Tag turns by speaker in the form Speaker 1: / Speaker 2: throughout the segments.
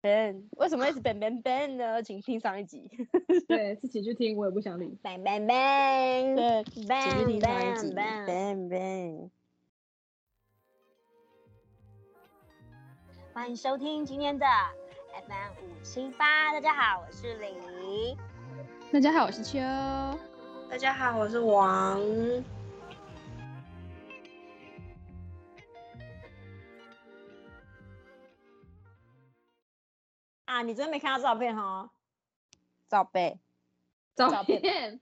Speaker 1: Ben，为什么一直 Ben Ben Ben 呢？请听上一集。
Speaker 2: 对，自己去听，我也不想理。
Speaker 3: bang bang bang
Speaker 1: 对，请
Speaker 3: bang
Speaker 1: 听上一集
Speaker 3: bang bang，
Speaker 1: Ben Ben。
Speaker 3: 欢迎收听今天的 FM 五七八。大家好，我是李。
Speaker 2: 大家好，我是秋。
Speaker 4: 大家好，我是王。
Speaker 3: 啊，你昨天没看到照片哦？
Speaker 1: 照片？
Speaker 2: 照片？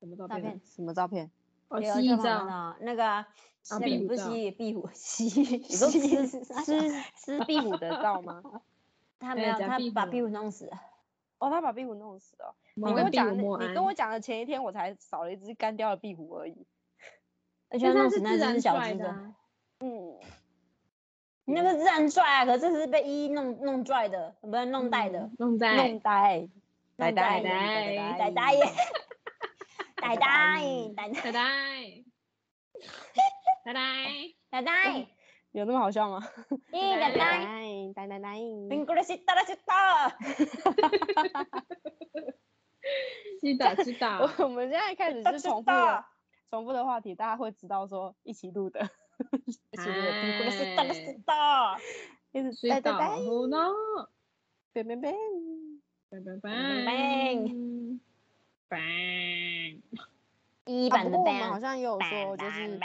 Speaker 2: 什么照
Speaker 3: 照
Speaker 2: 片
Speaker 3: 片？
Speaker 1: 什么照片？
Speaker 2: 哦，
Speaker 3: 有
Speaker 2: 蜥
Speaker 3: 就
Speaker 2: 蜴
Speaker 3: 好
Speaker 2: 照。啊
Speaker 3: 了那个那个
Speaker 2: 壁虎
Speaker 3: 不
Speaker 2: 照
Speaker 3: 是壁虎，蜥蜴，
Speaker 1: 你说吃
Speaker 3: 蜥
Speaker 1: 吃
Speaker 3: 蜴
Speaker 1: 吃壁虎的照吗？
Speaker 3: 他没有，
Speaker 2: 对讲
Speaker 3: 他
Speaker 2: 壁虎
Speaker 3: 把壁虎弄死了。
Speaker 1: 哦，他把壁虎弄死了。
Speaker 2: 你
Speaker 1: 你跟我
Speaker 2: 壁虎
Speaker 1: 讲
Speaker 2: 默
Speaker 1: 的，
Speaker 2: 哀
Speaker 1: 你跟我讲的前一天，我才少了一只干掉的壁虎而已。
Speaker 3: 而且
Speaker 2: 但
Speaker 3: 他
Speaker 2: 是它
Speaker 3: 弄
Speaker 2: 是自
Speaker 3: 死那只
Speaker 2: 然
Speaker 3: 是小
Speaker 2: 帅
Speaker 3: 只
Speaker 2: 的
Speaker 3: 的，
Speaker 2: 啊，
Speaker 3: 你那个自然拽啊，可是这是被一一弄弄拽的，不是弄带的
Speaker 2: 嗯，，弄在
Speaker 1: 弄呆，呆
Speaker 3: 弄
Speaker 1: 呆
Speaker 3: 呆的，
Speaker 2: 呆
Speaker 3: 呆呆耶，
Speaker 2: 呆
Speaker 3: 呆呆呆呆
Speaker 2: 呆，呆呆，
Speaker 3: 呆
Speaker 2: 嗯
Speaker 3: 呆，
Speaker 1: 有那么好笑吗？
Speaker 3: 咦呆呆。
Speaker 1: 呆呆呆。
Speaker 3: 冰棍西达拉西达，
Speaker 2: 知道知道。
Speaker 1: 我我们现在开始是重复的，重复的话题，大家会知道说一起录的，
Speaker 3: 一起录的冰棍西达拉西
Speaker 2: 哎
Speaker 3: 达。
Speaker 1: 一直
Speaker 2: 知
Speaker 1: 呆呆
Speaker 2: 道
Speaker 1: 呆，
Speaker 2: ，Who know？
Speaker 1: 变变变。
Speaker 2: 拜拜
Speaker 3: Bang
Speaker 2: 拜。
Speaker 3: 一
Speaker 1: 啊，
Speaker 3: 版
Speaker 1: 不
Speaker 3: 的
Speaker 1: 过我们
Speaker 3: ban，
Speaker 1: 好像也有说，就是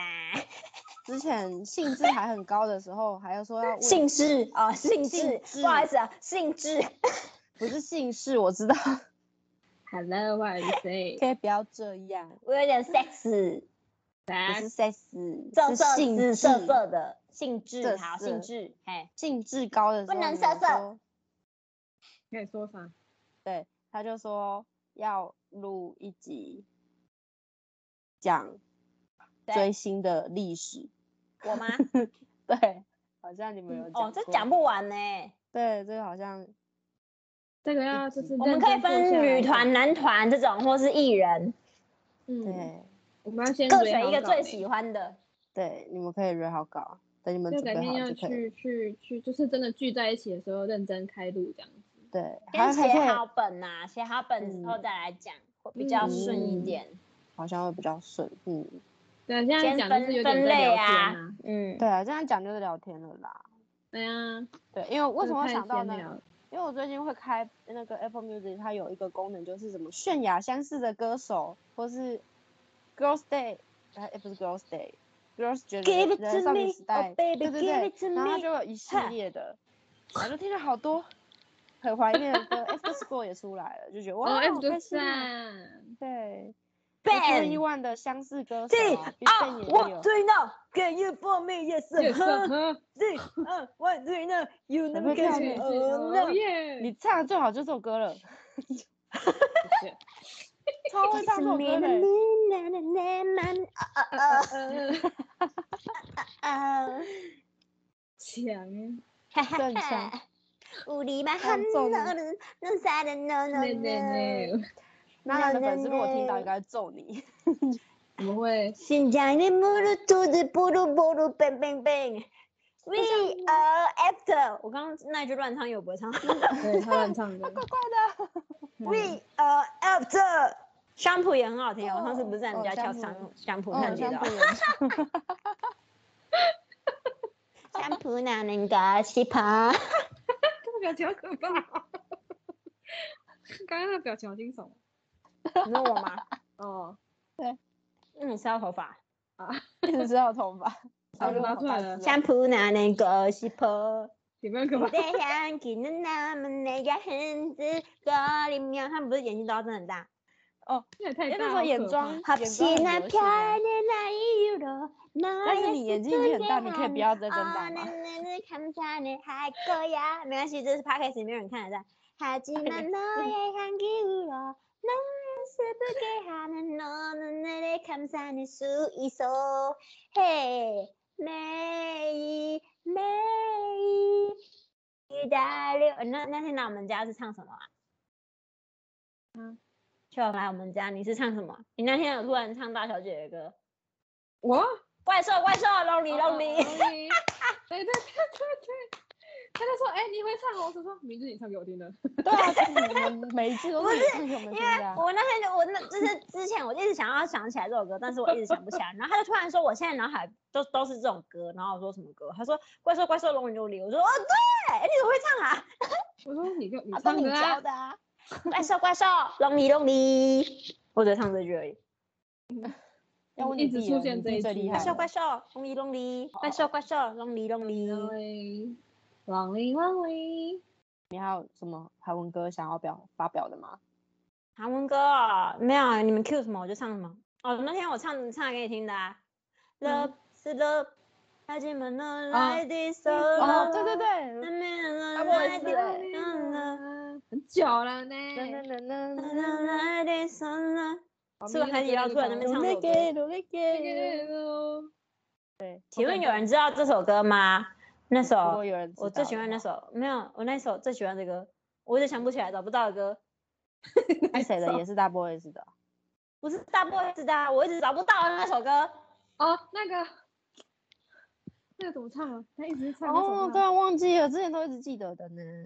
Speaker 1: 之前兴致还很高的时候，还有说 要问
Speaker 3: 性质啊，性质
Speaker 1: 性，质
Speaker 3: 不好意思啊，性质。
Speaker 1: 不是姓氏，我知道，
Speaker 2: Hello, what you say?
Speaker 1: 可以不要这样，
Speaker 3: 我有 点 sex，
Speaker 1: 不
Speaker 2: 拜
Speaker 1: 是 sex，
Speaker 3: 啊色
Speaker 1: 是
Speaker 3: 色
Speaker 1: 兴致
Speaker 3: 是色色的性质，
Speaker 1: 色
Speaker 3: 好
Speaker 1: 色
Speaker 3: 性质，嘿，
Speaker 1: 兴致高的时候，
Speaker 3: 不能
Speaker 1: 你有
Speaker 3: 色色
Speaker 1: 说
Speaker 2: 可以说啥？
Speaker 1: 对，他就说要录一集讲
Speaker 3: 对
Speaker 1: 追星的历史。
Speaker 3: 我 吗？
Speaker 1: 对，好像你们有
Speaker 3: 哦，这
Speaker 1: 过
Speaker 3: 讲不完呢。
Speaker 1: 对，这个好像
Speaker 2: 这个要就是
Speaker 3: 我们
Speaker 2: 认
Speaker 3: 可以
Speaker 2: 真坐下
Speaker 3: 分
Speaker 2: 来
Speaker 3: 女团、
Speaker 2: 讲，
Speaker 3: 男团这种，或是艺人，
Speaker 2: 嗯，
Speaker 1: 对
Speaker 2: 我们要先
Speaker 3: 各
Speaker 2: 蕊
Speaker 3: 选
Speaker 2: 好
Speaker 3: 一个
Speaker 2: 稿
Speaker 3: 最
Speaker 2: 欸
Speaker 3: 喜欢的。
Speaker 1: 对，你们可以约好搞，等你们
Speaker 2: 就
Speaker 1: 准
Speaker 2: 改
Speaker 1: 备
Speaker 2: 天
Speaker 1: 好
Speaker 2: 要
Speaker 1: 就可以。
Speaker 2: 去去去，就是真的聚在一起的时候认真开录这样子。
Speaker 1: 对，
Speaker 2: 嗯
Speaker 1: 还
Speaker 3: 先
Speaker 1: 还
Speaker 3: 写
Speaker 1: 可
Speaker 3: 好
Speaker 1: 以，
Speaker 3: 本呐、写好本之后再来讲，会比较顺
Speaker 2: 嗯
Speaker 3: 一点。
Speaker 1: 好像会比较顺。嗯，
Speaker 2: 对，啊现在
Speaker 3: 先
Speaker 2: 讲就是
Speaker 3: 分
Speaker 2: 有点
Speaker 3: 分
Speaker 2: 在
Speaker 3: 类
Speaker 2: 聊天
Speaker 3: 啊
Speaker 2: 啊。
Speaker 3: 嗯，
Speaker 1: 对啊，这样讲就是聊天了啦。
Speaker 2: 对啊，
Speaker 1: 对，因为为什
Speaker 2: 就是
Speaker 1: 么会
Speaker 2: 太
Speaker 1: 想到
Speaker 2: 闲
Speaker 1: 呢？
Speaker 2: 聊了
Speaker 1: 因为我最近会开那个 Apple Music，它有一个功能就是什么泫雅相似的歌手，或是 Girls Day，哎、呃不是 Girls Day，Girls
Speaker 3: Give it to
Speaker 1: 人少女
Speaker 3: me,
Speaker 1: 时代
Speaker 3: oh baby,
Speaker 1: 对对
Speaker 3: give
Speaker 1: 对
Speaker 3: it to
Speaker 1: 然后它
Speaker 3: me.
Speaker 1: 就有一系列的，我就听了好多很怀念的歌哎，F Score 也出来了，就觉得哇，
Speaker 2: 哦，F
Speaker 1: 好
Speaker 2: 就
Speaker 1: 开心啊！
Speaker 2: 赞，
Speaker 1: 对
Speaker 3: Ben
Speaker 1: 一万的相似歌手
Speaker 3: 第
Speaker 1: 啊，Big
Speaker 3: 二
Speaker 1: Bang 也
Speaker 3: 哦我
Speaker 1: 有，
Speaker 3: 最闹，Can you for me yes？
Speaker 2: 这
Speaker 3: 呵
Speaker 2: 个
Speaker 3: 第二我最闹
Speaker 1: 很
Speaker 3: ，You never
Speaker 1: 会跳
Speaker 3: get
Speaker 1: 舞
Speaker 3: me
Speaker 2: 哦
Speaker 3: oh no。
Speaker 2: 耶！
Speaker 1: 你唱的最好就这首歌了，
Speaker 2: 是
Speaker 1: 超会唱这首 歌的欸。
Speaker 2: 呃 强耶，
Speaker 1: 正常
Speaker 3: 우리만
Speaker 1: 깜짝이야.
Speaker 3: 한너는넌사랑너너
Speaker 2: 对对
Speaker 3: 는
Speaker 2: 对，
Speaker 1: 那他的粉丝如果听到，应该会揍你。
Speaker 2: 我们会
Speaker 3: 심장이 무르투드 보루보루 뱅뱅뱅 We are after 我刚刚那一句乱唱又不会唱
Speaker 2: 对他乱唱的，嗯
Speaker 3: We are uh, after 香普也很好听，我上次不是在你家
Speaker 1: 哦
Speaker 3: 跳
Speaker 1: 香
Speaker 3: 香
Speaker 1: 普哦
Speaker 3: 香普，看你
Speaker 1: 相
Speaker 3: 的
Speaker 1: 不。远
Speaker 3: 香普哪能搞西帕？
Speaker 2: 这个表情好可怕哦， 刚刚那个表情好惊悚
Speaker 3: 你说我吗？
Speaker 2: 哦，
Speaker 3: 嗯，烧头发。
Speaker 1: 一 直知道头 发，
Speaker 2: 我拿出来 了，
Speaker 3: 香普哪能搞西帕？
Speaker 2: 有没有可怕？
Speaker 3: 그대 향기는 남은 내가 흔들거리며 한不是眼睛都要睁很大
Speaker 2: 这也太
Speaker 1: 因为那
Speaker 2: 大，
Speaker 1: 时
Speaker 2: 好
Speaker 1: 候眼
Speaker 2: 可
Speaker 1: 妆
Speaker 2: 怕
Speaker 1: 眼妆很
Speaker 3: 합시나
Speaker 1: 流行 啊
Speaker 3: 편의 나이로
Speaker 1: 但是你
Speaker 3: 너의
Speaker 1: 眼睛已经很大，你可以不要
Speaker 3: 啊
Speaker 1: 再睁大吗？
Speaker 3: 어느는 감탄을 할 거야 啊没关系这是 podcast 没有人看得到 하지만 너의 향기로 너를 슬프게 하는 너는 나를 감사할 수 있어 헤이 매일 매일 기다려 那那天来我们家是唱什么啊？
Speaker 2: 嗯
Speaker 3: 嗯，就来我们家，你是唱什么？你那天有突然唱大小姐的歌，
Speaker 2: 我
Speaker 3: 怪兽怪兽 lonely
Speaker 2: 哦
Speaker 3: lonely，
Speaker 2: lonely 对对对对对，他就说：“哎、你会唱哦。”我就说：“明日你唱给我听的。
Speaker 1: 对啊，就是你们每一次都是唱给我们听的啊。
Speaker 3: 我那天就我那就是之前我一直想要想起来这首歌，但是我一直想不起来。然后他就突然说，我现在脑海都都是这种歌。然后我说什么歌？他说怪兽怪兽龙与琉璃。我说哦对，哎你怎么会唱啊？”
Speaker 2: 我说：“你就你
Speaker 3: 啊，都
Speaker 2: 唱
Speaker 3: 你
Speaker 2: 歌
Speaker 3: 教
Speaker 2: 啊。
Speaker 3: 的啊！怪兽怪兽，龙里龙里，我只唱这句而已。
Speaker 1: 要问
Speaker 2: 一
Speaker 1: 你
Speaker 2: 直
Speaker 1: 弟
Speaker 2: 出
Speaker 1: 了
Speaker 2: 现
Speaker 1: 你
Speaker 2: 这
Speaker 1: 弟
Speaker 2: 一
Speaker 1: 最
Speaker 2: 句
Speaker 1: 厉
Speaker 3: 怪
Speaker 1: 害
Speaker 3: 兽
Speaker 1: 了。
Speaker 3: 怪兽，龙里龙里，怪兽怪兽，龙里龙里。
Speaker 2: Lonely, lonely, lonely。
Speaker 1: 你还有什么韩文歌想要表发表的吗？
Speaker 3: 韩文歌哦，没有，你们 Q 什么我就唱什么。哦，那天我唱唱给你听的啊，Love is love，하지만넌
Speaker 2: 啊
Speaker 3: like this so
Speaker 1: 嗯哦
Speaker 3: long，，
Speaker 1: 对对
Speaker 3: 啊
Speaker 1: 对，
Speaker 3: 对
Speaker 1: Double S 对
Speaker 2: 很久了呢。
Speaker 1: 那那那那那那，
Speaker 3: like this so long。
Speaker 2: 好
Speaker 3: 是不是韩
Speaker 2: 明
Speaker 3: 语
Speaker 2: 天
Speaker 3: 要
Speaker 2: 就
Speaker 3: 突然
Speaker 2: 唱
Speaker 3: 那边唱
Speaker 2: 了
Speaker 3: 这首歌？
Speaker 1: 努力给。对，
Speaker 3: 请问
Speaker 1: OK，
Speaker 3: 有人知道这首歌吗？那
Speaker 1: 如
Speaker 3: 首
Speaker 1: 果有人知
Speaker 3: 哦我最
Speaker 1: 道
Speaker 3: 喜
Speaker 1: 的
Speaker 3: 欢那
Speaker 1: 话
Speaker 3: 首，没有，我那首最喜欢这歌，我就想不起来，找不到的歌，
Speaker 1: 是谁的？也是大 boys 的。
Speaker 3: 不是大 boys 的啊，我一直找不到那首歌。
Speaker 2: 哦，那个那个怎么唱啊？他一直唱那首
Speaker 1: 哦，
Speaker 2: 歌
Speaker 1: 突然忘记了，之前都一直记得的呢。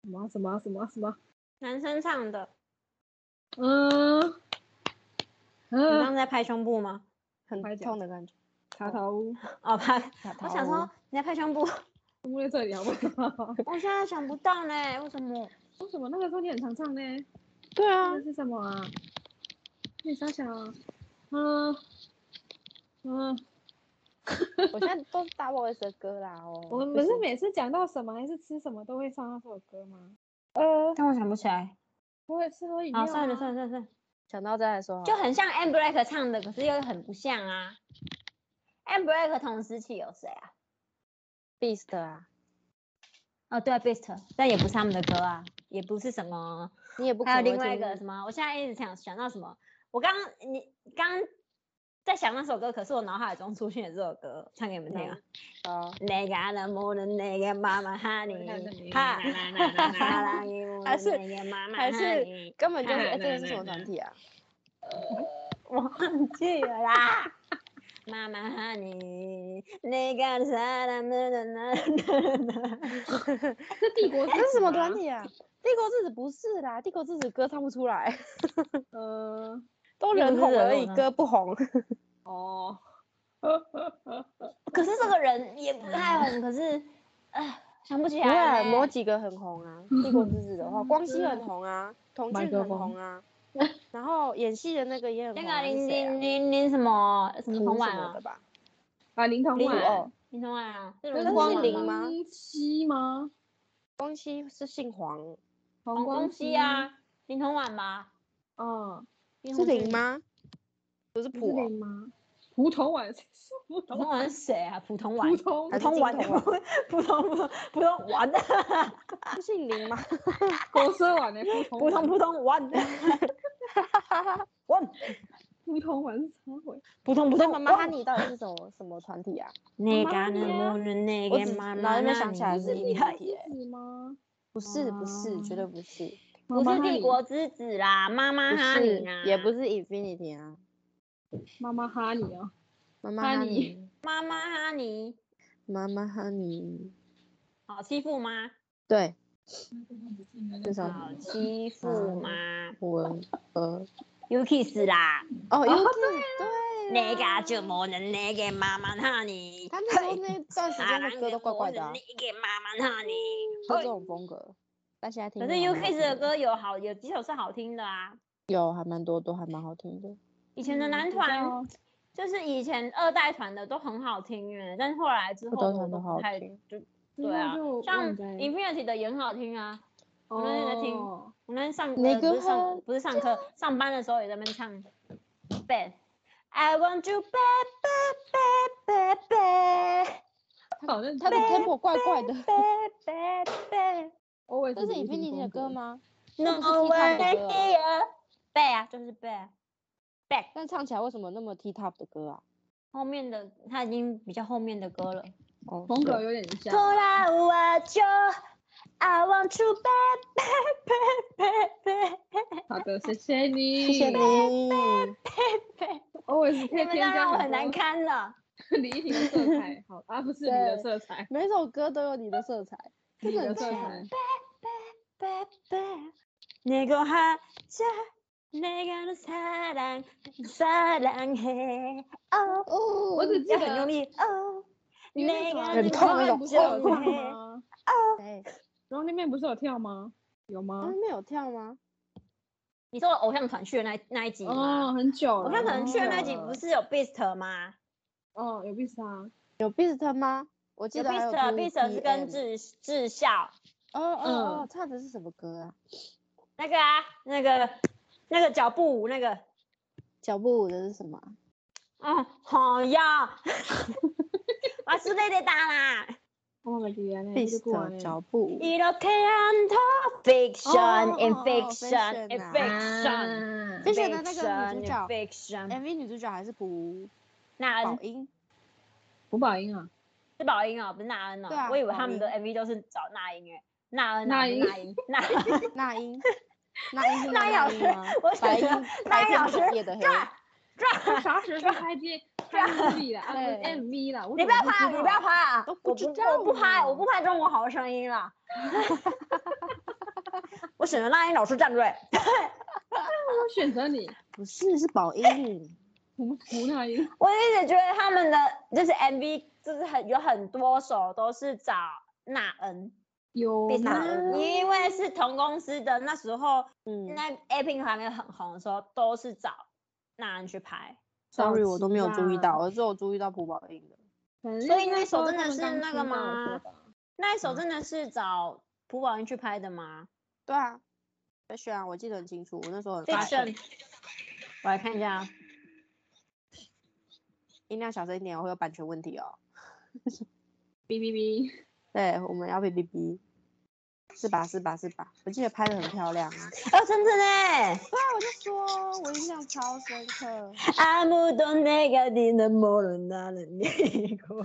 Speaker 2: 什么什么什么什么？
Speaker 3: 男生唱的，
Speaker 2: 嗯
Speaker 3: 你刚
Speaker 2: 嗯，
Speaker 3: 刚在拍胸部吗？
Speaker 1: 很
Speaker 2: 快讲
Speaker 1: 痛的感觉。
Speaker 2: 卡塔乌，
Speaker 3: 哦，拍，
Speaker 1: 卡
Speaker 3: 我想
Speaker 1: 塔
Speaker 3: 说你在拍胸部，
Speaker 2: 乌在这里好不好？
Speaker 3: 我现在想不到呢，为什么？
Speaker 2: 为什么那个时候你很常唱呢？
Speaker 1: 对啊
Speaker 2: 那，个是什么啊？你想想啊，嗯嗯，
Speaker 1: 我现在都是大 boys 的歌啦哦。
Speaker 2: 我们不是每次讲到什么还是吃什么都会唱那首歌吗？
Speaker 1: 呃，
Speaker 3: 但我想不起来。
Speaker 2: 我也是喝饮料
Speaker 3: 好，
Speaker 2: 啊。
Speaker 3: 哦算了算了算了算了，
Speaker 1: 想到再来说好了，
Speaker 3: 就很像 a m b r a k 唱的，可是又很不像啊。a m b r a k 同时期有谁啊？
Speaker 1: Beast 啊，
Speaker 3: 哦，对啊，Beast，但也不是他们的歌啊，也不是什么，
Speaker 1: 你也不可
Speaker 3: 还有
Speaker 1: 能会
Speaker 3: 另外一
Speaker 1: 听
Speaker 3: 个什么，我现在一直想想到什么，我刚刚你刚刚在想那首歌，可是我脑海中出现了这首歌，唱给你们听啊。
Speaker 1: 啊。
Speaker 3: 내가너무는내게마마하 니
Speaker 2: 하니.
Speaker 3: 하사 랑이무는
Speaker 1: 还是
Speaker 3: 내게마마하
Speaker 1: 还是
Speaker 3: 니
Speaker 1: 根 本就是，
Speaker 2: 啊
Speaker 1: 哎这个
Speaker 2: 来
Speaker 1: 是
Speaker 2: 来
Speaker 1: 什么团
Speaker 2: 来
Speaker 1: 体啊？
Speaker 3: 忘记了啦。 妈妈哈尼，那个啥啦啦啦啦啦啦，
Speaker 2: 是帝 国，
Speaker 1: 这是什么团？体啊？帝国之子不是啦，帝国之子歌唱不出来，
Speaker 2: 呃，
Speaker 1: 都
Speaker 3: 那
Speaker 1: 人
Speaker 3: 不是
Speaker 1: 红
Speaker 3: 人
Speaker 1: 而
Speaker 3: 红
Speaker 1: 已，
Speaker 3: 啊
Speaker 1: 歌不红。
Speaker 2: 哦，
Speaker 3: 可是这个人也不太红，可是，哎，想不起
Speaker 1: 不会啊，
Speaker 3: 来
Speaker 1: 某
Speaker 3: 了嘞。
Speaker 1: 几个很红啊，《帝国之子》的话，光熙很红啊，童
Speaker 2: 麦
Speaker 1: 俊
Speaker 2: 克
Speaker 1: 很红啊，然后演戏的那个也很
Speaker 3: 那
Speaker 1: 红
Speaker 3: 个
Speaker 1: 啊，
Speaker 3: 林
Speaker 1: 是谁啊
Speaker 3: 林林林什么什么
Speaker 1: 图
Speaker 3: 童
Speaker 1: 什
Speaker 3: 婉
Speaker 1: 么的
Speaker 3: 啊，
Speaker 1: 吧？
Speaker 2: 啊，林童
Speaker 1: 林
Speaker 2: 晚
Speaker 1: 武哦，
Speaker 3: 林童婉啊，是
Speaker 1: 那
Speaker 3: 林
Speaker 1: 个
Speaker 3: 光
Speaker 1: 是
Speaker 3: 晚
Speaker 1: 林
Speaker 3: 吗
Speaker 1: 吗
Speaker 2: 熙吗？
Speaker 1: 光熙是姓黄，
Speaker 2: 黄
Speaker 3: 黄光熙啊，林童婉吧？
Speaker 2: 哦，
Speaker 1: 是林
Speaker 3: 林？
Speaker 1: 吗？不是
Speaker 2: 是
Speaker 1: 普哦，
Speaker 2: 林吗？蒲头 晚，蒲
Speaker 3: 普
Speaker 2: 头
Speaker 3: 通
Speaker 2: 晚，
Speaker 3: 碗是谁啊？普通碗
Speaker 2: 蒲，头
Speaker 3: 普
Speaker 1: 还是
Speaker 3: 通碗，
Speaker 1: 金童
Speaker 3: 普普通普通碗，
Speaker 1: 不姓林吗？
Speaker 2: 国奢晚的蒲头
Speaker 3: 普 通普通碗，碗，
Speaker 2: 蒲头晚是 啥鬼？
Speaker 3: 普通普
Speaker 1: 那
Speaker 3: 通
Speaker 1: 妈
Speaker 3: 碗
Speaker 1: 妈哈尼到底是什么什么团体啊？
Speaker 3: 那
Speaker 2: 妈
Speaker 3: 个
Speaker 2: 咪呀
Speaker 3: 能不能那
Speaker 1: 我
Speaker 3: 个
Speaker 1: 只
Speaker 3: 妈
Speaker 1: 脑
Speaker 3: 妈
Speaker 1: 袋里面想
Speaker 3: 让
Speaker 1: 起来
Speaker 3: 你
Speaker 1: 是
Speaker 3: 厉
Speaker 1: 帝国
Speaker 3: 害
Speaker 1: 之子，
Speaker 2: 是吗？
Speaker 1: 不是不是，绝对不是，
Speaker 3: 不
Speaker 2: 妈
Speaker 3: 是
Speaker 2: 妈哈
Speaker 3: 帝
Speaker 2: 尼
Speaker 3: 国之子啦，妈妈
Speaker 1: 不
Speaker 3: 哈
Speaker 1: 是
Speaker 3: 尼啊，
Speaker 1: 也不是 Infinity 啊，
Speaker 2: 妈妈哈你啊，
Speaker 1: 妈妈
Speaker 2: 哈
Speaker 1: 哈
Speaker 2: 尼
Speaker 1: 尼，
Speaker 3: 妈妈哈尼，
Speaker 1: 妈妈哈尼，
Speaker 3: 好欺负吗？
Speaker 1: 对，这首
Speaker 3: 好
Speaker 1: 嗯
Speaker 3: 欺负吗
Speaker 1: 文呃
Speaker 3: ？Yuki 死啦，
Speaker 1: 哦，
Speaker 2: 哦
Speaker 1: 有对，
Speaker 3: 那个啊就不能那个妈妈哈尼，
Speaker 1: 他那时候那段时
Speaker 3: 啊
Speaker 1: 间的歌都怪怪的啊，
Speaker 3: 那个妈妈哈尼。
Speaker 1: 就这种风格。大家听
Speaker 3: 可
Speaker 1: 还蛮好
Speaker 3: 是
Speaker 1: 听，
Speaker 3: Yuki 的歌有好有几首是好听的啊，
Speaker 1: 有还蛮多，都还蛮好听的。
Speaker 3: 以前的
Speaker 2: 嗯
Speaker 3: 男
Speaker 2: 比较
Speaker 3: 团。就是以前二代团的都很好听耶，但是后来之
Speaker 1: 二
Speaker 3: 后
Speaker 1: 代
Speaker 3: 的我
Speaker 1: 团
Speaker 3: 都
Speaker 1: 都
Speaker 3: 不
Speaker 1: 好
Speaker 3: 太
Speaker 1: 听
Speaker 3: 就
Speaker 2: 之
Speaker 3: 对
Speaker 2: 后
Speaker 3: 啊
Speaker 2: 就，
Speaker 3: 像
Speaker 2: 忘记
Speaker 3: Infinity 的也很好听啊。我那天在听
Speaker 2: 哦
Speaker 3: 我那天上
Speaker 1: 哪
Speaker 3: 呃不
Speaker 1: 个
Speaker 3: 是上
Speaker 1: 很
Speaker 3: 不是上课上班的时候也在那边唱 bad。I want you bad bad bad bad
Speaker 2: 好像
Speaker 1: 他的 tempo 怪怪的，
Speaker 3: bad bad bad。
Speaker 2: always
Speaker 1: 这是
Speaker 2: 一定
Speaker 1: Infinity 的歌
Speaker 2: 风格？
Speaker 1: 吗？ 那
Speaker 3: No
Speaker 1: 不是 T-Top 的
Speaker 3: one
Speaker 1: 歌啊
Speaker 3: here。bad 啊，就是 bad。bad
Speaker 1: 但唱起来为什么那么 T top 的歌啊？
Speaker 3: 后面的他已经比较后面的歌了。
Speaker 1: 哦，
Speaker 2: 风
Speaker 1: 是
Speaker 2: 格
Speaker 1: 哦
Speaker 2: 有点像。
Speaker 3: 돌아와줘，I want you bad bad bad bad bad。
Speaker 2: 好的，谢谢你，
Speaker 1: 谢谢你。
Speaker 2: always 可以
Speaker 3: 你们
Speaker 2: 添
Speaker 3: 这样
Speaker 2: 加
Speaker 3: 让我很
Speaker 2: 多
Speaker 3: 难堪了。
Speaker 2: 李依婷的色彩，好啊，不是你的
Speaker 1: 对
Speaker 2: 色彩，
Speaker 1: 每首歌都有你的色彩，这
Speaker 2: 你
Speaker 1: 个
Speaker 2: 的
Speaker 1: 很
Speaker 2: 色
Speaker 1: 强
Speaker 2: 彩。
Speaker 3: 빼빼 내가 하자 내가 너 사랑 사랑해 어
Speaker 1: 哦
Speaker 2: 我只记
Speaker 3: 要很
Speaker 2: 得
Speaker 3: 用力哦
Speaker 2: 你那首
Speaker 3: 那
Speaker 2: 啊
Speaker 3: 个
Speaker 1: 很
Speaker 2: 你
Speaker 1: 痛
Speaker 2: 那
Speaker 1: 那
Speaker 2: 边
Speaker 1: 种
Speaker 2: 不是有跳
Speaker 3: 哦
Speaker 2: 吗？
Speaker 1: 对，
Speaker 2: 然后那边不是有跳吗？有
Speaker 1: 哎他
Speaker 2: 吗
Speaker 1: 们？有跳吗？
Speaker 3: 你说偶像团去的那一那一集
Speaker 2: 哦，
Speaker 3: 吗？
Speaker 2: 很久了。
Speaker 3: 偶像团去的那集
Speaker 2: 哦
Speaker 3: 不是有 Beast 吗？
Speaker 2: 哦，有意思啊。
Speaker 1: 有 Beast 吗？我记
Speaker 3: 有
Speaker 1: 得还有
Speaker 3: Beast Beast 是跟
Speaker 1: 2PM
Speaker 3: 智智孝
Speaker 1: 哦哦
Speaker 2: 嗯
Speaker 1: 哦，唱的是什么歌啊？
Speaker 3: 那个啊那个那个脚步舞那个
Speaker 1: 脚步舞的是什么啊？
Speaker 3: 哦 好呀，我是累累哒啦。
Speaker 2: 哦，没记得呢，就过完
Speaker 1: Beast 脚步舞。
Speaker 3: 이렇게 한터 fiction,
Speaker 1: 어, 어, fiction 아.
Speaker 3: infiction, infiction,
Speaker 2: 啊
Speaker 1: 之前的那个女主
Speaker 3: 啊
Speaker 1: 角
Speaker 3: fiction, infiction。
Speaker 1: ，MV 女主角还是胡
Speaker 3: 那
Speaker 1: 宝
Speaker 3: 恩
Speaker 1: 英，
Speaker 2: 胡宝英啊，
Speaker 3: 是宝英哦，不是那恩
Speaker 1: 对啊
Speaker 3: 哦。我以为
Speaker 1: 宝
Speaker 3: 他们的
Speaker 1: 英
Speaker 3: MV 都是找那英诶，那恩
Speaker 2: 那
Speaker 3: 啊不是
Speaker 2: 英
Speaker 3: 那 英那英
Speaker 1: 那英，那英 是
Speaker 3: 那
Speaker 1: 那
Speaker 3: 英
Speaker 1: 那
Speaker 3: 老
Speaker 1: 英
Speaker 3: 师
Speaker 1: 吗？
Speaker 3: 我想
Speaker 1: 白英
Speaker 3: 说那
Speaker 1: 白
Speaker 3: 英
Speaker 1: 天
Speaker 3: 老
Speaker 1: 不
Speaker 3: 师
Speaker 1: 夜的黑，
Speaker 2: 他啥时候去拍 电拍 MV 的啊？不是
Speaker 1: 对
Speaker 2: MV 了，我
Speaker 3: 你
Speaker 2: 怎
Speaker 3: 不要
Speaker 2: 么会知
Speaker 3: 拍啊，你不
Speaker 2: 道
Speaker 3: 要拍啊！
Speaker 1: 都不
Speaker 3: 我
Speaker 1: 知
Speaker 3: 不，
Speaker 1: 道
Speaker 3: 我不拍，我
Speaker 1: 呢
Speaker 3: 不拍《中国好声音》 了。 我选择那英老师站队。
Speaker 2: 我选择你，
Speaker 1: 不是是宝英，
Speaker 2: 胡胡那英。
Speaker 3: 我一直觉得他们的就是 MV，就是很有很多首都是找那恩。
Speaker 2: 有
Speaker 3: 被打
Speaker 2: 吗？
Speaker 3: 了，因为是同公司的，那时候
Speaker 1: 嗯
Speaker 3: 那 A Pink 还没有很红的时候，都是找那人去拍，
Speaker 1: ，sorry 我都没有注意
Speaker 2: 早期
Speaker 1: 到，
Speaker 2: 啊，
Speaker 1: 我只有注意到胡宝英的，
Speaker 2: 反正
Speaker 3: 所以那
Speaker 2: 时候
Speaker 3: 首真的
Speaker 2: 他们
Speaker 3: 是
Speaker 2: 刚
Speaker 3: 那
Speaker 2: 出道的
Speaker 3: 个
Speaker 2: 时候
Speaker 3: 吗
Speaker 2: 吧？
Speaker 3: 那一首
Speaker 2: 嗯
Speaker 3: 真的是找朴宝英去拍的吗
Speaker 1: 对啊，fiction 啊，我记得很清楚，我那时候很爱，
Speaker 3: ？Fiction，我来看一下啊，
Speaker 1: 音量小声一点哦，我会有版权问题哦。
Speaker 2: 哔哔哔，
Speaker 1: 对，我们要 B B B，是吧是吧是吧？我记得拍的很漂亮啊。
Speaker 3: 哦，真的呢。
Speaker 1: 对啊，我就说我印象超深刻。
Speaker 3: 아무도내가니는모르나는이고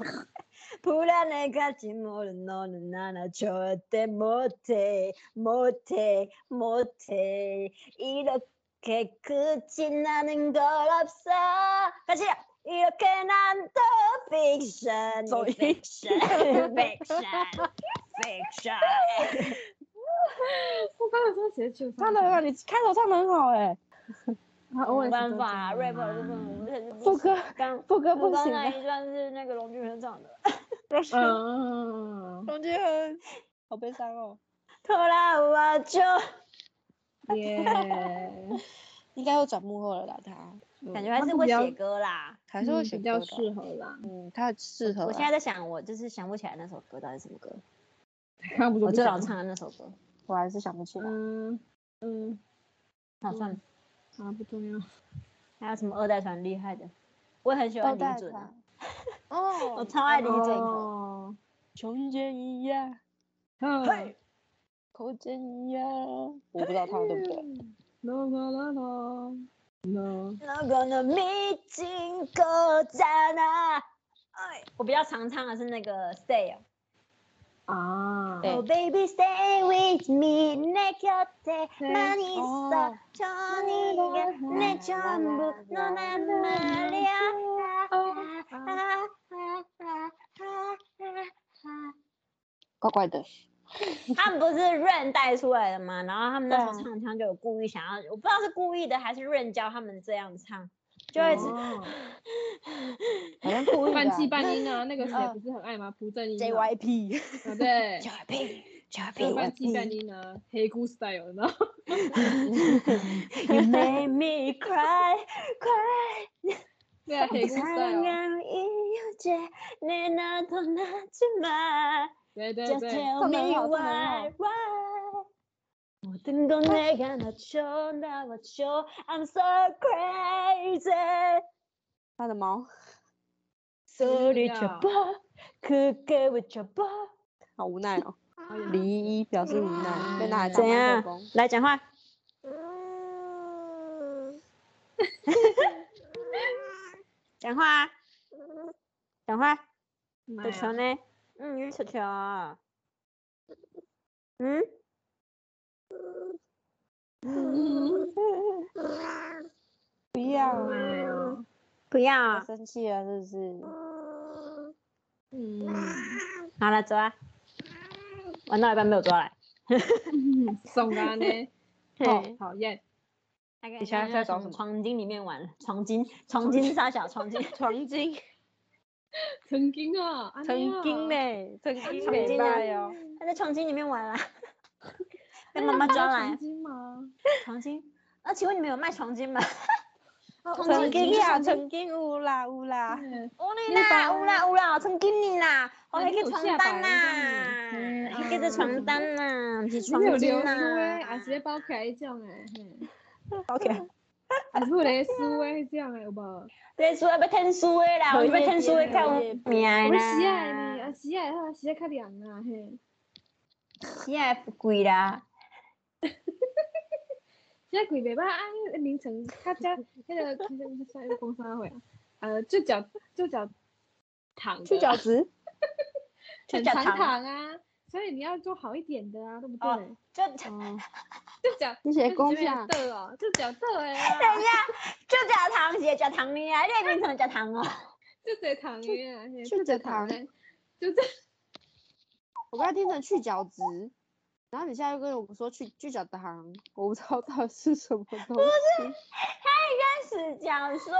Speaker 3: 불안해가지모르너는나나절대못해못해못해이렇게끝이나는걸없어같이이렇게난더 fiction
Speaker 1: 너 이-
Speaker 3: fiction fiction fiction
Speaker 2: 我刚才说谁去？
Speaker 1: 唱的很好，你开头唱的很好哎、
Speaker 2: 他偶尔
Speaker 3: 没
Speaker 2: 是
Speaker 3: 办
Speaker 2: 都这
Speaker 3: 法
Speaker 2: 样
Speaker 3: ，rap
Speaker 2: 嘛
Speaker 3: 部分
Speaker 1: 副歌
Speaker 3: 刚
Speaker 1: 副歌
Speaker 3: 我
Speaker 1: 不
Speaker 3: 刚
Speaker 1: 行啊
Speaker 3: 那
Speaker 1: 的，
Speaker 3: 一段是那个龙俊生唱的。
Speaker 2: 嗯，
Speaker 1: 龙俊恩好悲伤哦。
Speaker 3: 拖拉我就
Speaker 2: 耶，
Speaker 1: 应该又转幕后了啦，他
Speaker 3: 感觉还是会写嗯歌啦。
Speaker 1: 还是会选
Speaker 2: 比
Speaker 1: 歌
Speaker 2: 较
Speaker 1: 的
Speaker 2: 适合 啦。
Speaker 1: 嗯，他适合啊。
Speaker 3: 我现在在想，我就是想不起来那首歌到底是什么歌。
Speaker 2: 看不出
Speaker 3: 我最早
Speaker 2: 不
Speaker 3: 唱的那首歌，
Speaker 1: 我还是想不起
Speaker 2: 像
Speaker 1: 来。
Speaker 2: 嗯嗯，
Speaker 3: 好算了。
Speaker 2: 啊不重要。
Speaker 3: 还有什么二代团厉害的？我也很喜欢
Speaker 1: 带
Speaker 3: 李准啊，
Speaker 1: 他 哦，
Speaker 3: 我超爱李准的。
Speaker 2: 哦，
Speaker 1: 穷人一样，
Speaker 3: 嗯
Speaker 2: 嘿，
Speaker 1: 口真一样。我不知道唱对不对。
Speaker 2: 啦啦啦啦啦，
Speaker 3: 那个呢，没经过站啊。哎，我比较常唱的是那个 Stay 哦。
Speaker 2: 啊，
Speaker 1: 对
Speaker 3: Oh baby stay with me 내 곁에
Speaker 2: 네.
Speaker 3: 만 있어
Speaker 1: 어.
Speaker 3: 저 네가 내 전부 너란 말이야 아, 아, 아, 아, 아, 아.
Speaker 1: 怪怪的，
Speaker 3: 他们不是 Rain 带出来的吗？然后他们那时候
Speaker 1: 对啊
Speaker 3: 唱腔就有故意想要，我不知道是故意的还是 Rain 教他们这样唱，就会一
Speaker 2: 哦
Speaker 3: 直
Speaker 1: 好像故意的
Speaker 2: 半
Speaker 1: 啊。
Speaker 2: 气半音 啊，那个谁
Speaker 1: 嗯
Speaker 2: 不是很爱吗？朴正英啊
Speaker 1: JYP，
Speaker 2: 啊对，
Speaker 1: JYP，
Speaker 2: 就半气 半音啊，黑姑 style 呢？
Speaker 3: You make me cry cry
Speaker 2: 对啊， 黑姑 style，
Speaker 3: 사랑을 이유제 내 나도 나지만
Speaker 2: 对对
Speaker 3: Just
Speaker 2: 对，
Speaker 3: tell
Speaker 1: 这么
Speaker 3: me
Speaker 1: 好这么
Speaker 3: why why 모든 건 내가 낮춰 낮춰 I'm so crazy
Speaker 1: 他的猫
Speaker 3: 소리쳐봐 그게 외쳐봐
Speaker 1: 好无奈哦。嗯
Speaker 2: 好有
Speaker 1: 李依依表示无奈，被拿来
Speaker 3: 怎
Speaker 1: 当麦
Speaker 3: 样
Speaker 1: 克风。
Speaker 3: 来讲话讲话啊讲话
Speaker 2: 妈
Speaker 3: 小
Speaker 2: 呀
Speaker 3: 球呢？嗯，你是小球啊。嗯？
Speaker 1: 不要，
Speaker 2: 妈呀
Speaker 3: 不要
Speaker 1: 他
Speaker 3: 啊。
Speaker 2: 哦
Speaker 1: 生气了是不是？
Speaker 2: 嗯，
Speaker 3: 好了，走啊！玩到一半被我抓来，
Speaker 2: 送啊呢，哦，讨厌，
Speaker 3: 大概
Speaker 1: 你现在
Speaker 3: 像
Speaker 1: 在
Speaker 3: 那
Speaker 1: 找
Speaker 3: 种
Speaker 1: 什么
Speaker 3: 床巾里面玩，床巾，床巾杀小床巾，
Speaker 1: 曾经
Speaker 2: 曾经啊，安
Speaker 1: 曾
Speaker 2: 妮啊
Speaker 1: 经，呢，曾经
Speaker 3: 曾
Speaker 1: 没
Speaker 3: 经啊
Speaker 1: 拜哦，
Speaker 3: 他在床巾里面玩啊，被
Speaker 2: 哎
Speaker 3: 妈妈
Speaker 2: 你知
Speaker 3: 抓
Speaker 2: 道
Speaker 3: 来
Speaker 2: 曾经吗？
Speaker 3: 床巾。啊，请问你们有卖床巾吗？
Speaker 2: 曾
Speaker 1: 曾
Speaker 2: 经
Speaker 1: 经啊，
Speaker 2: 呀，
Speaker 1: 曾经有啦有啦，
Speaker 2: 对
Speaker 3: 有
Speaker 2: 你
Speaker 3: 哩
Speaker 2: 把
Speaker 3: 啦，有啦有啦，床巾哩啦，我
Speaker 2: 哎
Speaker 3: 还
Speaker 2: 你
Speaker 3: 个
Speaker 2: 有
Speaker 3: 床
Speaker 2: 下
Speaker 3: 单
Speaker 2: 摆我
Speaker 3: 啦
Speaker 2: 帮你，
Speaker 3: 还
Speaker 2: 嘿
Speaker 3: 个
Speaker 2: 啊
Speaker 3: 床单啦，不是床
Speaker 2: 你有
Speaker 3: 巾
Speaker 2: 流苏诶，
Speaker 3: 啦
Speaker 2: 啊，直。接包起来这样诶，嘿
Speaker 3: ，OK。
Speaker 2: 啊，不嘞输诶，这样诶，欸有无？
Speaker 3: 这书要被天书的啦，我
Speaker 1: 荷
Speaker 3: 要被
Speaker 1: 叶
Speaker 3: 天书的
Speaker 1: 边
Speaker 3: 较
Speaker 1: 荷
Speaker 3: 有
Speaker 1: 叶
Speaker 3: 名的
Speaker 2: 我们喜爱呢，
Speaker 3: 啦
Speaker 2: 啊，，喜爱哈，喜爱较凉啊，嘿，
Speaker 3: 喜爱不贵啦。
Speaker 2: 喜爱贵袂歹啊，那凌晨较只迄个，迄个迄个讲啥话啊？呃，就叫就叫糖的，
Speaker 1: 去角质，
Speaker 3: 就
Speaker 2: 很
Speaker 3: 叫
Speaker 2: 常
Speaker 3: 糖
Speaker 2: 糖啊，所以你要做好一点的啊，对不
Speaker 3: 哦
Speaker 2: 对？
Speaker 3: 就
Speaker 1: 哦，
Speaker 2: 就讲
Speaker 1: 你写公下，
Speaker 2: 豆哦，就讲豆 诶啊，
Speaker 3: 就食糖是食糖呢啊，你会变成食糖哦。
Speaker 2: 就这糖诶啊，嘿
Speaker 1: 就这糖
Speaker 2: 诶，就这
Speaker 1: 我刚才听成去角质，然后你现在又跟我说去去角糖，我不知道到底是什么东西。
Speaker 3: 开始讲说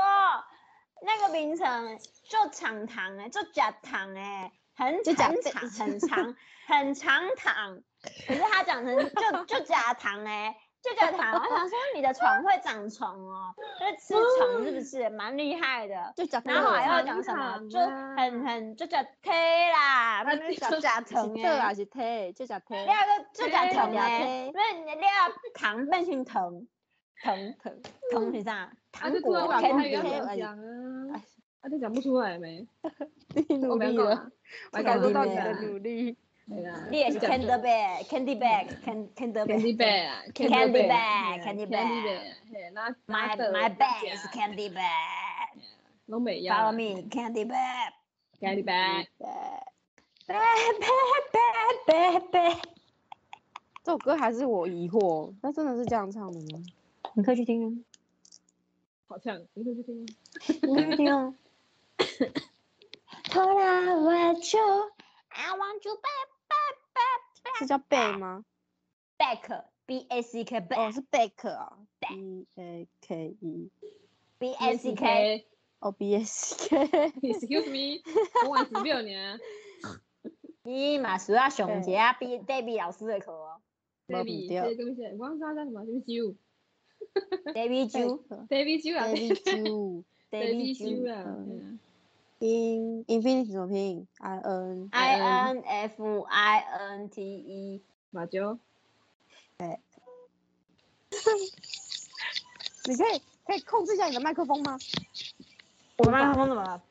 Speaker 3: 那个名称就长糖哎，就假糖哎，很
Speaker 1: 就假
Speaker 3: 很
Speaker 1: 这
Speaker 3: 长很长很长糖，可是他讲成就就假糖哎。就假糖，我想说你的床会长虫哦，就是吃虫是不是？蛮厉害的。
Speaker 1: 就讲
Speaker 3: 然后还要
Speaker 2: 长
Speaker 3: 讲什么？
Speaker 2: 糖
Speaker 3: 就
Speaker 2: 啊
Speaker 3: 很很就叫贴啦，那边
Speaker 2: 就
Speaker 3: 叫假
Speaker 1: 是
Speaker 3: 糖
Speaker 1: 这
Speaker 3: 哎
Speaker 1: 啊，是贴，就讲贴
Speaker 3: 你，那个就假
Speaker 2: 贴
Speaker 3: 糖
Speaker 1: 假
Speaker 3: 哎
Speaker 1: 贴，
Speaker 3: 那你那个糖变成糖糖
Speaker 1: 疼，
Speaker 3: 糖是啥？
Speaker 2: 啊，
Speaker 3: 糖
Speaker 2: 就突
Speaker 3: 果
Speaker 2: 然
Speaker 1: 把
Speaker 2: 忘记
Speaker 1: 公
Speaker 2: 他
Speaker 1: 主
Speaker 2: 要
Speaker 1: 贴
Speaker 2: 怎
Speaker 1: 完
Speaker 2: 么讲啊，啊，就讲不出 来没？
Speaker 1: 你努
Speaker 2: 我没
Speaker 1: 力
Speaker 2: 有
Speaker 1: 哎
Speaker 2: 讲
Speaker 1: 了
Speaker 2: 啊，，
Speaker 1: 我
Speaker 2: 讲
Speaker 1: 感受
Speaker 2: 不
Speaker 1: 到
Speaker 2: 出
Speaker 1: 你的
Speaker 2: 来
Speaker 1: 努力。
Speaker 2: 对啦
Speaker 3: 你也是
Speaker 2: 就讲
Speaker 3: candy bag，candy bag，candy bag。
Speaker 2: candy bag 啊
Speaker 3: Candy
Speaker 2: candy
Speaker 3: bag，candy
Speaker 2: bag，
Speaker 3: bag
Speaker 2: 嘿那那
Speaker 3: My
Speaker 2: 豆
Speaker 3: my
Speaker 2: 就
Speaker 3: bag
Speaker 2: 这
Speaker 3: is
Speaker 2: 样
Speaker 3: candy bag.
Speaker 2: 拢袂啊要
Speaker 3: Follow
Speaker 2: 啊
Speaker 3: me, 嗯 candy bag.
Speaker 2: candy bag，
Speaker 3: Bag bag bag bag bag。
Speaker 1: 这首歌还是我疑惑，那真的是这样唱的吗？
Speaker 3: 你可以去听啊，
Speaker 2: 好像你会去听。
Speaker 3: 你可以去听啊。拖拉我就 I want you back
Speaker 1: 是叫贝吗？
Speaker 3: back back b a c k
Speaker 1: 哦，
Speaker 3: back
Speaker 1: 是贝克啊，B A K E，
Speaker 3: b a c k。
Speaker 1: 哦，B S K，
Speaker 2: Excuse me，我晚十六年啊
Speaker 3: 你嘛需要上一下 B David 老师的课哦
Speaker 1: 没
Speaker 2: ，Baby，
Speaker 1: 唔对
Speaker 2: 这个东西，我刚刚叫什么？什么 Jew，Baby
Speaker 3: ，David
Speaker 1: E 贝
Speaker 3: Ju
Speaker 1: 克
Speaker 2: Jew 啊
Speaker 1: ，Baby Jew。
Speaker 2: ，Baby
Speaker 3: David Ju
Speaker 2: Jew 啊，
Speaker 1: 嗯 In infinity 怎么拼？I N
Speaker 3: I N F I N T E。
Speaker 2: 马九，
Speaker 1: 你可以可以控制一下你的麦克风吗？
Speaker 3: 我麦克风怎么了？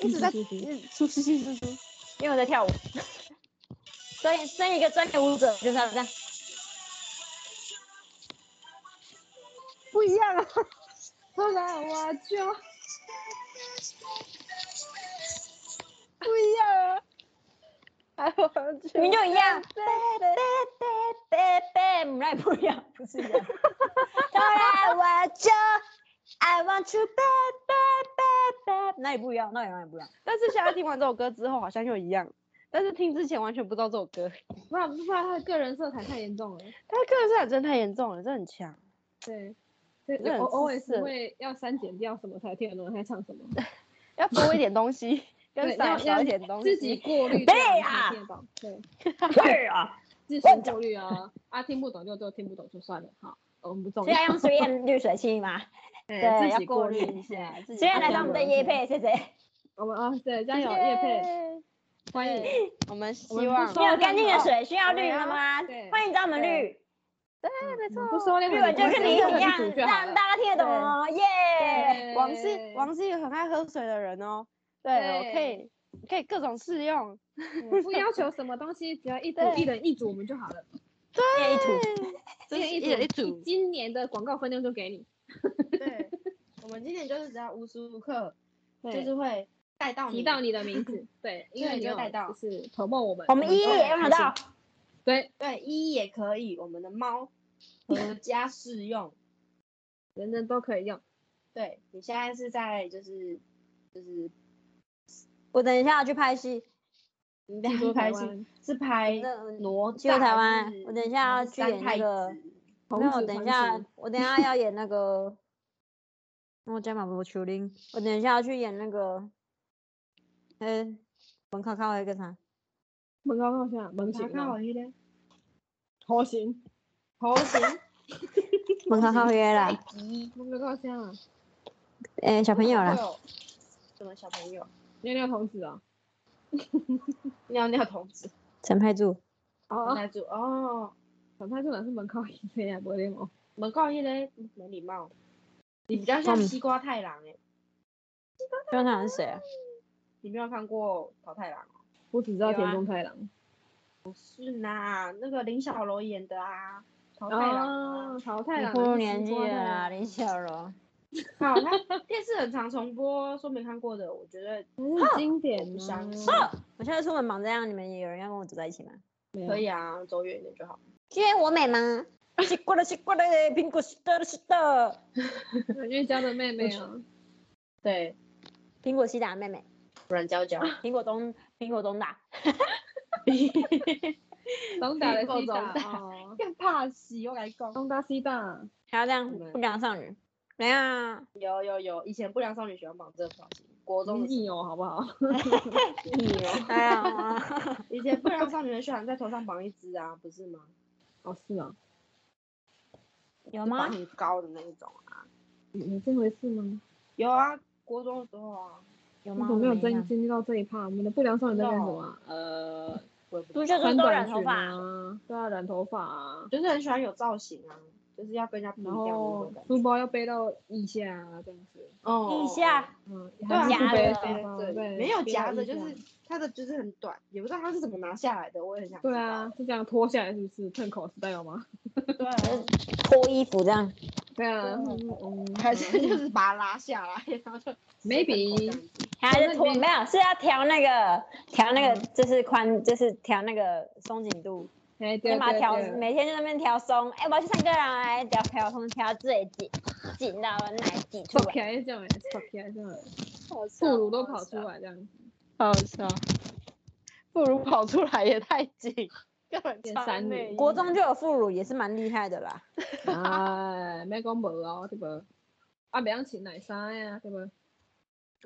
Speaker 1: 一直在嗯
Speaker 2: 出出
Speaker 1: 出出出出出，
Speaker 3: 因为我在跳舞。专业身一个专业舞者就是要这样，
Speaker 1: 不一样啊！
Speaker 2: 后来我就
Speaker 1: 不一样啊！ 哎，我要去
Speaker 3: 你们就一样。贝贝贝贝，母赖不一样， 不是的。后来我就 I want you 贝贝贝贝，哪里不一样？哪里哪里不一样？
Speaker 1: 但是现在听完这首歌之后，好像又一样。但是听之前完全不知道这首歌，
Speaker 2: 不然不然他的个人色彩太严重了，
Speaker 1: 他的个人色彩真的太严重了，这很强。
Speaker 2: 对。对，
Speaker 1: 这很
Speaker 2: 我偶
Speaker 1: 自
Speaker 2: 尔是
Speaker 1: 私
Speaker 2: 会要删减掉什么才听得懂他唱什么，
Speaker 1: 要多一点东 西，跟
Speaker 2: 对，
Speaker 1: 少
Speaker 2: 要
Speaker 1: 少
Speaker 2: 要
Speaker 1: 一点东西。
Speaker 2: 自己过滤
Speaker 3: 对
Speaker 2: 掉你
Speaker 3: 啊
Speaker 2: 才听得懂，对，
Speaker 3: 对 啊，
Speaker 2: 自行过滤啊，啊听不懂就就听不懂就算了，好，我们不重
Speaker 3: 所以
Speaker 2: 要，
Speaker 3: 要用 3M 滤水器嘛。
Speaker 2: 对
Speaker 3: 对，
Speaker 2: 自
Speaker 3: 要
Speaker 2: 己
Speaker 3: 过滤
Speaker 2: 滤
Speaker 3: 一下。
Speaker 1: 自己
Speaker 3: 接下来
Speaker 1: 过
Speaker 3: 到我们的夜配，谢谢。
Speaker 2: 我们啊，对，加油，叶佩，
Speaker 1: 耶
Speaker 2: 欢迎，
Speaker 1: 我们
Speaker 2: 我
Speaker 1: 希
Speaker 2: 们不
Speaker 1: 望
Speaker 2: 收
Speaker 3: 你有干净的水需要
Speaker 1: 对
Speaker 3: 滤
Speaker 1: 啊
Speaker 3: 的吗
Speaker 2: 对？
Speaker 3: 欢迎找我们
Speaker 1: 对
Speaker 3: 滤。
Speaker 1: 对，没
Speaker 2: 我们嗯不
Speaker 1: 错。
Speaker 2: 收敛，
Speaker 3: 日文就跟你一
Speaker 2: 一
Speaker 3: 样，
Speaker 2: 组就好
Speaker 3: 让
Speaker 2: 了。
Speaker 3: 大家听得懂哦，耶！
Speaker 2: 对
Speaker 1: 王是王是一个很爱喝水的人哦，对，我可以可以各种试用，
Speaker 2: 嗯不要求什么东西，只要一组
Speaker 1: 对
Speaker 2: 一人一组我们就好了，
Speaker 3: 耶一组，
Speaker 1: 对
Speaker 2: 人
Speaker 1: 一人一
Speaker 2: 组
Speaker 1: 组，
Speaker 2: 今年的广告分量就给你，
Speaker 1: 对，我们今天就是只要无时无刻就是会带到
Speaker 2: 提到你的名字，对，因为
Speaker 1: 对
Speaker 2: 你
Speaker 1: 就
Speaker 2: 有
Speaker 1: 带到
Speaker 2: 就是投梦我们，
Speaker 3: 我们一一
Speaker 2: 就
Speaker 3: 也
Speaker 2: 很
Speaker 3: 用
Speaker 2: 开心
Speaker 3: 得到，，
Speaker 2: 对，
Speaker 1: 对一也可以，我们的猫合家试用。
Speaker 2: 人人都可以用，
Speaker 1: 对你现在是在就是就是
Speaker 3: 我等一下要去拍戏，
Speaker 2: 听说台
Speaker 1: 拍戏
Speaker 2: 湾
Speaker 1: 是拍
Speaker 3: 真的
Speaker 1: 哪
Speaker 3: 去了
Speaker 1: 吒
Speaker 3: 台
Speaker 1: 还
Speaker 3: 湾
Speaker 1: 是，
Speaker 3: 我等一下
Speaker 2: 嗯
Speaker 3: 要去
Speaker 1: 三
Speaker 3: 演
Speaker 1: 太
Speaker 3: 那个
Speaker 1: 子，
Speaker 2: 童
Speaker 3: 没有，
Speaker 2: 子
Speaker 3: 我等一
Speaker 2: 团
Speaker 3: 下
Speaker 2: 体，
Speaker 3: 我等一下要演那个，我加马博丘林，我等一下要去演那个，呃，门口看到一个啥？
Speaker 2: 门高高下，门
Speaker 1: 啥
Speaker 2: 前
Speaker 1: 啊看
Speaker 2: 高
Speaker 1: 完一嘞？
Speaker 2: 头型，
Speaker 1: 头型
Speaker 3: 门口看约啦，
Speaker 1: 咦，
Speaker 2: 门高高下，
Speaker 3: 哎，小朋友啦
Speaker 1: 会，有什么小朋友
Speaker 2: 尿尿童子啊，
Speaker 1: 尿尿童子
Speaker 3: 陈佩柱，
Speaker 2: 哦，
Speaker 1: 那就哦，
Speaker 2: 反派就哪是门高一啊这样，不会吗？
Speaker 1: 门告一嘞，没礼貌，你比较像
Speaker 3: 嗯
Speaker 1: 西瓜太郎哎，
Speaker 3: 刚才是谁啊？
Speaker 1: 你没有看过桃太郎哦？
Speaker 2: 我只知道
Speaker 1: 有
Speaker 2: 田
Speaker 1: 啊
Speaker 2: 中太郎，
Speaker 1: 是呐，那个林小楼演的啊，桃太郎啊
Speaker 2: 哦，，淘汰
Speaker 3: 你
Speaker 2: 了，
Speaker 3: 步入
Speaker 2: 那是
Speaker 3: 年
Speaker 2: 西
Speaker 3: 纪
Speaker 2: 瓜
Speaker 3: 了
Speaker 2: 太
Speaker 3: 啦，
Speaker 2: 郎，
Speaker 3: 林小龙，
Speaker 1: 靠，他电视很常重播，说没看过的，我觉得
Speaker 2: 那是经
Speaker 1: 我
Speaker 2: 典
Speaker 1: 不相信
Speaker 2: 啊，
Speaker 3: 哦我现在出门忙这样，你们有人要跟我走在一起吗？
Speaker 1: 可以啊，走远一点就好。
Speaker 3: 今天我美吗？西瓜了，西瓜了，苹果是的，是的，
Speaker 2: 阮月娇的妹妹啊，
Speaker 1: 对，
Speaker 3: 苹果西达妹妹，
Speaker 1: 软娇娇，
Speaker 3: 苹果东，苹果东大，
Speaker 2: 东打的
Speaker 1: 够
Speaker 2: 西
Speaker 1: 懂的
Speaker 2: 打哦，
Speaker 1: 干怕死，我来讲。
Speaker 2: 东打西打，
Speaker 3: 还要这样
Speaker 1: 我们
Speaker 3: 不良少女，啊来呀！
Speaker 1: 有有有，以前不良少女喜欢绑这个发型，国中的时
Speaker 2: 你哦，好不好？
Speaker 1: 候你哦，
Speaker 3: 哎呀，
Speaker 1: 以前不良少女很喜欢在头上绑一只啊，不是吗？
Speaker 2: 哦，是啊，
Speaker 3: 有
Speaker 1: 就
Speaker 3: 吗
Speaker 1: 绑？很高的那一种啊。
Speaker 2: 你你这回事吗？
Speaker 1: 有啊，国中的时候啊，
Speaker 3: 有
Speaker 2: 我
Speaker 3: 吗？
Speaker 2: 怎么没有
Speaker 3: 印
Speaker 2: 真
Speaker 3: 象
Speaker 2: 经历到这一趴？我们的不良少女在干什么啊？呃，
Speaker 1: 我也不
Speaker 3: 不
Speaker 1: 知
Speaker 3: 就
Speaker 1: 道，
Speaker 3: 是
Speaker 2: 穿
Speaker 3: 都
Speaker 2: 短
Speaker 3: 染
Speaker 2: 裙
Speaker 3: 头发，
Speaker 2: 啊，对啊，染头发啊，
Speaker 1: 就是很喜欢有造型啊，就是要跟人家不
Speaker 2: 然
Speaker 1: 一样的那
Speaker 2: 后
Speaker 1: 种感觉。
Speaker 2: 书包要背到腋下啊，这样子。
Speaker 1: 哦，
Speaker 3: 一下
Speaker 2: 嗯，
Speaker 1: 对啊，
Speaker 2: 还是
Speaker 3: 夹
Speaker 2: 不背
Speaker 3: 着
Speaker 2: 书包，对，
Speaker 1: 没有
Speaker 2: 背到
Speaker 1: 夹着，
Speaker 2: 腋
Speaker 1: 就
Speaker 2: 下
Speaker 1: 是它的就是很短，也不知道它是怎么拿下来的，我也很想。
Speaker 2: 对啊，，是这样脱下来是不是？喷口时代有吗？
Speaker 1: 对啊，
Speaker 3: 脱衣服这样。
Speaker 2: 对啊，
Speaker 1: 对
Speaker 2: 嗯嗯，
Speaker 1: 还是就是把它拉下来，然后就
Speaker 2: Maybe
Speaker 3: 还
Speaker 2: 那
Speaker 3: 是嗯
Speaker 2: 里
Speaker 3: 脱
Speaker 2: 面
Speaker 3: 没有是要调那个调那个就是宽就是调那个松紧度，
Speaker 2: 哎，对
Speaker 3: 就
Speaker 2: 对
Speaker 3: 嘛
Speaker 2: 对，
Speaker 3: 调每天在那边调松，哎我要去唱歌啊，哎调调松调最紧紧到奶挤出
Speaker 2: 跑
Speaker 3: 来，
Speaker 2: 起来这样哎，跑起来这样哎，副乳都跑出来这样 子，
Speaker 1: 好笑，不如跑出来也太紧，根本
Speaker 2: 变
Speaker 1: 穿
Speaker 2: 山女
Speaker 1: 内衣
Speaker 3: 国中就有副乳也是蛮厉害的啦，
Speaker 2: 哎，没讲无哦，对不？啊，袂当请奶沙呀，对不？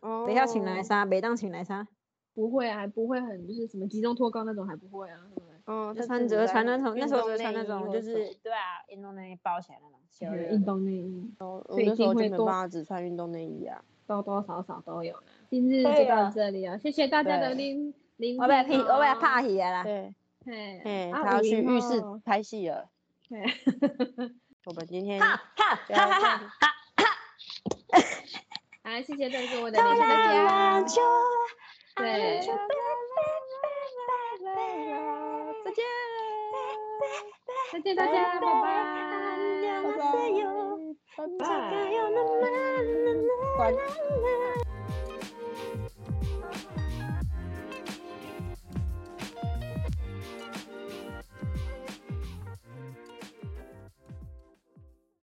Speaker 1: 哦
Speaker 3: 不要请来杀，北当请来杀，
Speaker 2: 不会啊，还不会很就是什么集中脱高那种还不会啊，对不对？
Speaker 1: 哦，
Speaker 3: 就
Speaker 1: 但
Speaker 3: 穿
Speaker 1: 是
Speaker 3: 着
Speaker 1: 你
Speaker 3: 穿
Speaker 1: 在
Speaker 3: 那种那时候
Speaker 1: 运
Speaker 3: 就
Speaker 1: 动
Speaker 3: 穿那
Speaker 1: 内衣或
Speaker 3: 种
Speaker 1: 者
Speaker 3: 就是对啊运动内衣包起来那种小
Speaker 2: 还有
Speaker 3: 的，
Speaker 2: 运动内衣，
Speaker 1: 什么，我
Speaker 2: 最
Speaker 1: 那时
Speaker 2: 近
Speaker 1: 候就
Speaker 2: 会
Speaker 1: 没办
Speaker 2: 多
Speaker 1: 法只穿运动内衣啊，
Speaker 2: 多多少少都有啦。今日就
Speaker 3: 对
Speaker 2: 到
Speaker 3: 啊
Speaker 2: 这里啊，谢谢大家的
Speaker 1: 对
Speaker 2: 聆聆听哦。
Speaker 3: 我被屁我被怕起来啦，
Speaker 1: 对，
Speaker 2: 嘿，
Speaker 1: 哎，
Speaker 2: 啊
Speaker 1: 他要去浴。
Speaker 2: 有
Speaker 1: 室
Speaker 2: 赢哦
Speaker 1: 拍戏了，
Speaker 2: 嘿
Speaker 1: 我们今天
Speaker 3: 哈哈
Speaker 1: 就
Speaker 3: 哈
Speaker 1: 到
Speaker 3: 哈
Speaker 1: 这里。
Speaker 3: 哈哈。
Speaker 2: 好，谢谢，这是我的
Speaker 3: 哆
Speaker 2: 聆听大
Speaker 3: 啦
Speaker 2: 家
Speaker 3: 啦。就
Speaker 2: 对，
Speaker 1: 再见，
Speaker 2: 再见大家，拜拜，
Speaker 1: 拜拜，拜拜。
Speaker 2: 拜拜。
Speaker 1: 关。